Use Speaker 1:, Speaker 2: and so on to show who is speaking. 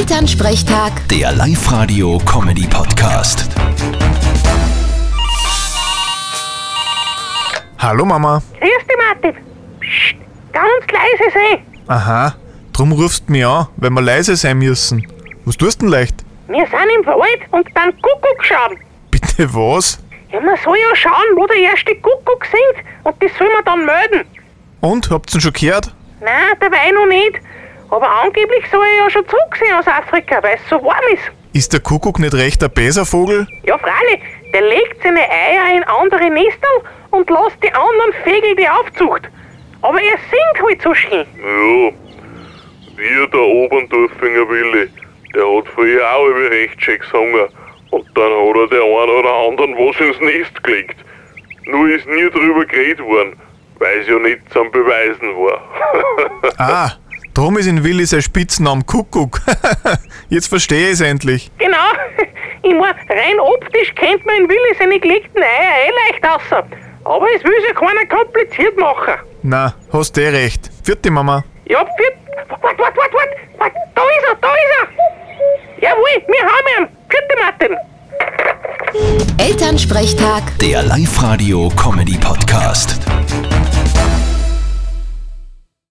Speaker 1: Elternsprechtag,
Speaker 2: Der Live-Radio-Comedy-Podcast.
Speaker 3: Hallo Mama.
Speaker 4: Grüß dich, Martin. Psst, ganz leise sein.
Speaker 3: Aha, drum rufst mich an, weil wir leise sein müssen. Was tust denn leicht?
Speaker 4: Wir sind im Wald und dann Kuckuck schauen.
Speaker 3: Bitte was?
Speaker 4: Ja, man soll ja schauen, wo der erste Kuckuck singt und das soll man dann melden.
Speaker 3: Und, habt's ihn schon gehört?
Speaker 4: Nein, der Wein noch nicht. Aber angeblich soll er ja schon zurück sein aus Afrika, weil es so warm ist.
Speaker 3: Ist der Kuckuck nicht recht ein Beservogel?
Speaker 4: Ja, freilich, der legt seine Eier in andere Nester und lässt die anderen Vögel die Aufzucht. Aber er singt halt so schön.
Speaker 5: Ja, wir der Oberndorfinger Willi, der hat früher auch über recht schön gesungen. Und dann hat er der einen oder anderen was ins Nest gelegt. Nur ist nie drüber geredet worden, weil es ja nicht zum Beweisen war.
Speaker 3: Ah, drum ist in Willi sein Spitzname Kuckuck. Jetzt verstehe ich's endlich.
Speaker 4: Genau. Ich mein, rein optisch kennt man in Willi seine gelegten Eier eh leicht aus. Aber es will sich keiner kompliziert machen.
Speaker 3: Na, hast eh recht. Vierte Mama.
Speaker 4: Ja, pfiat. Wart, wart, wart, wart, wart. Da ist er, da ist er. Jawohl, wir haben ihn. Vierte Martin.
Speaker 1: Elternsprechtag.
Speaker 2: Der Live-Radio-Comedy-Podcast.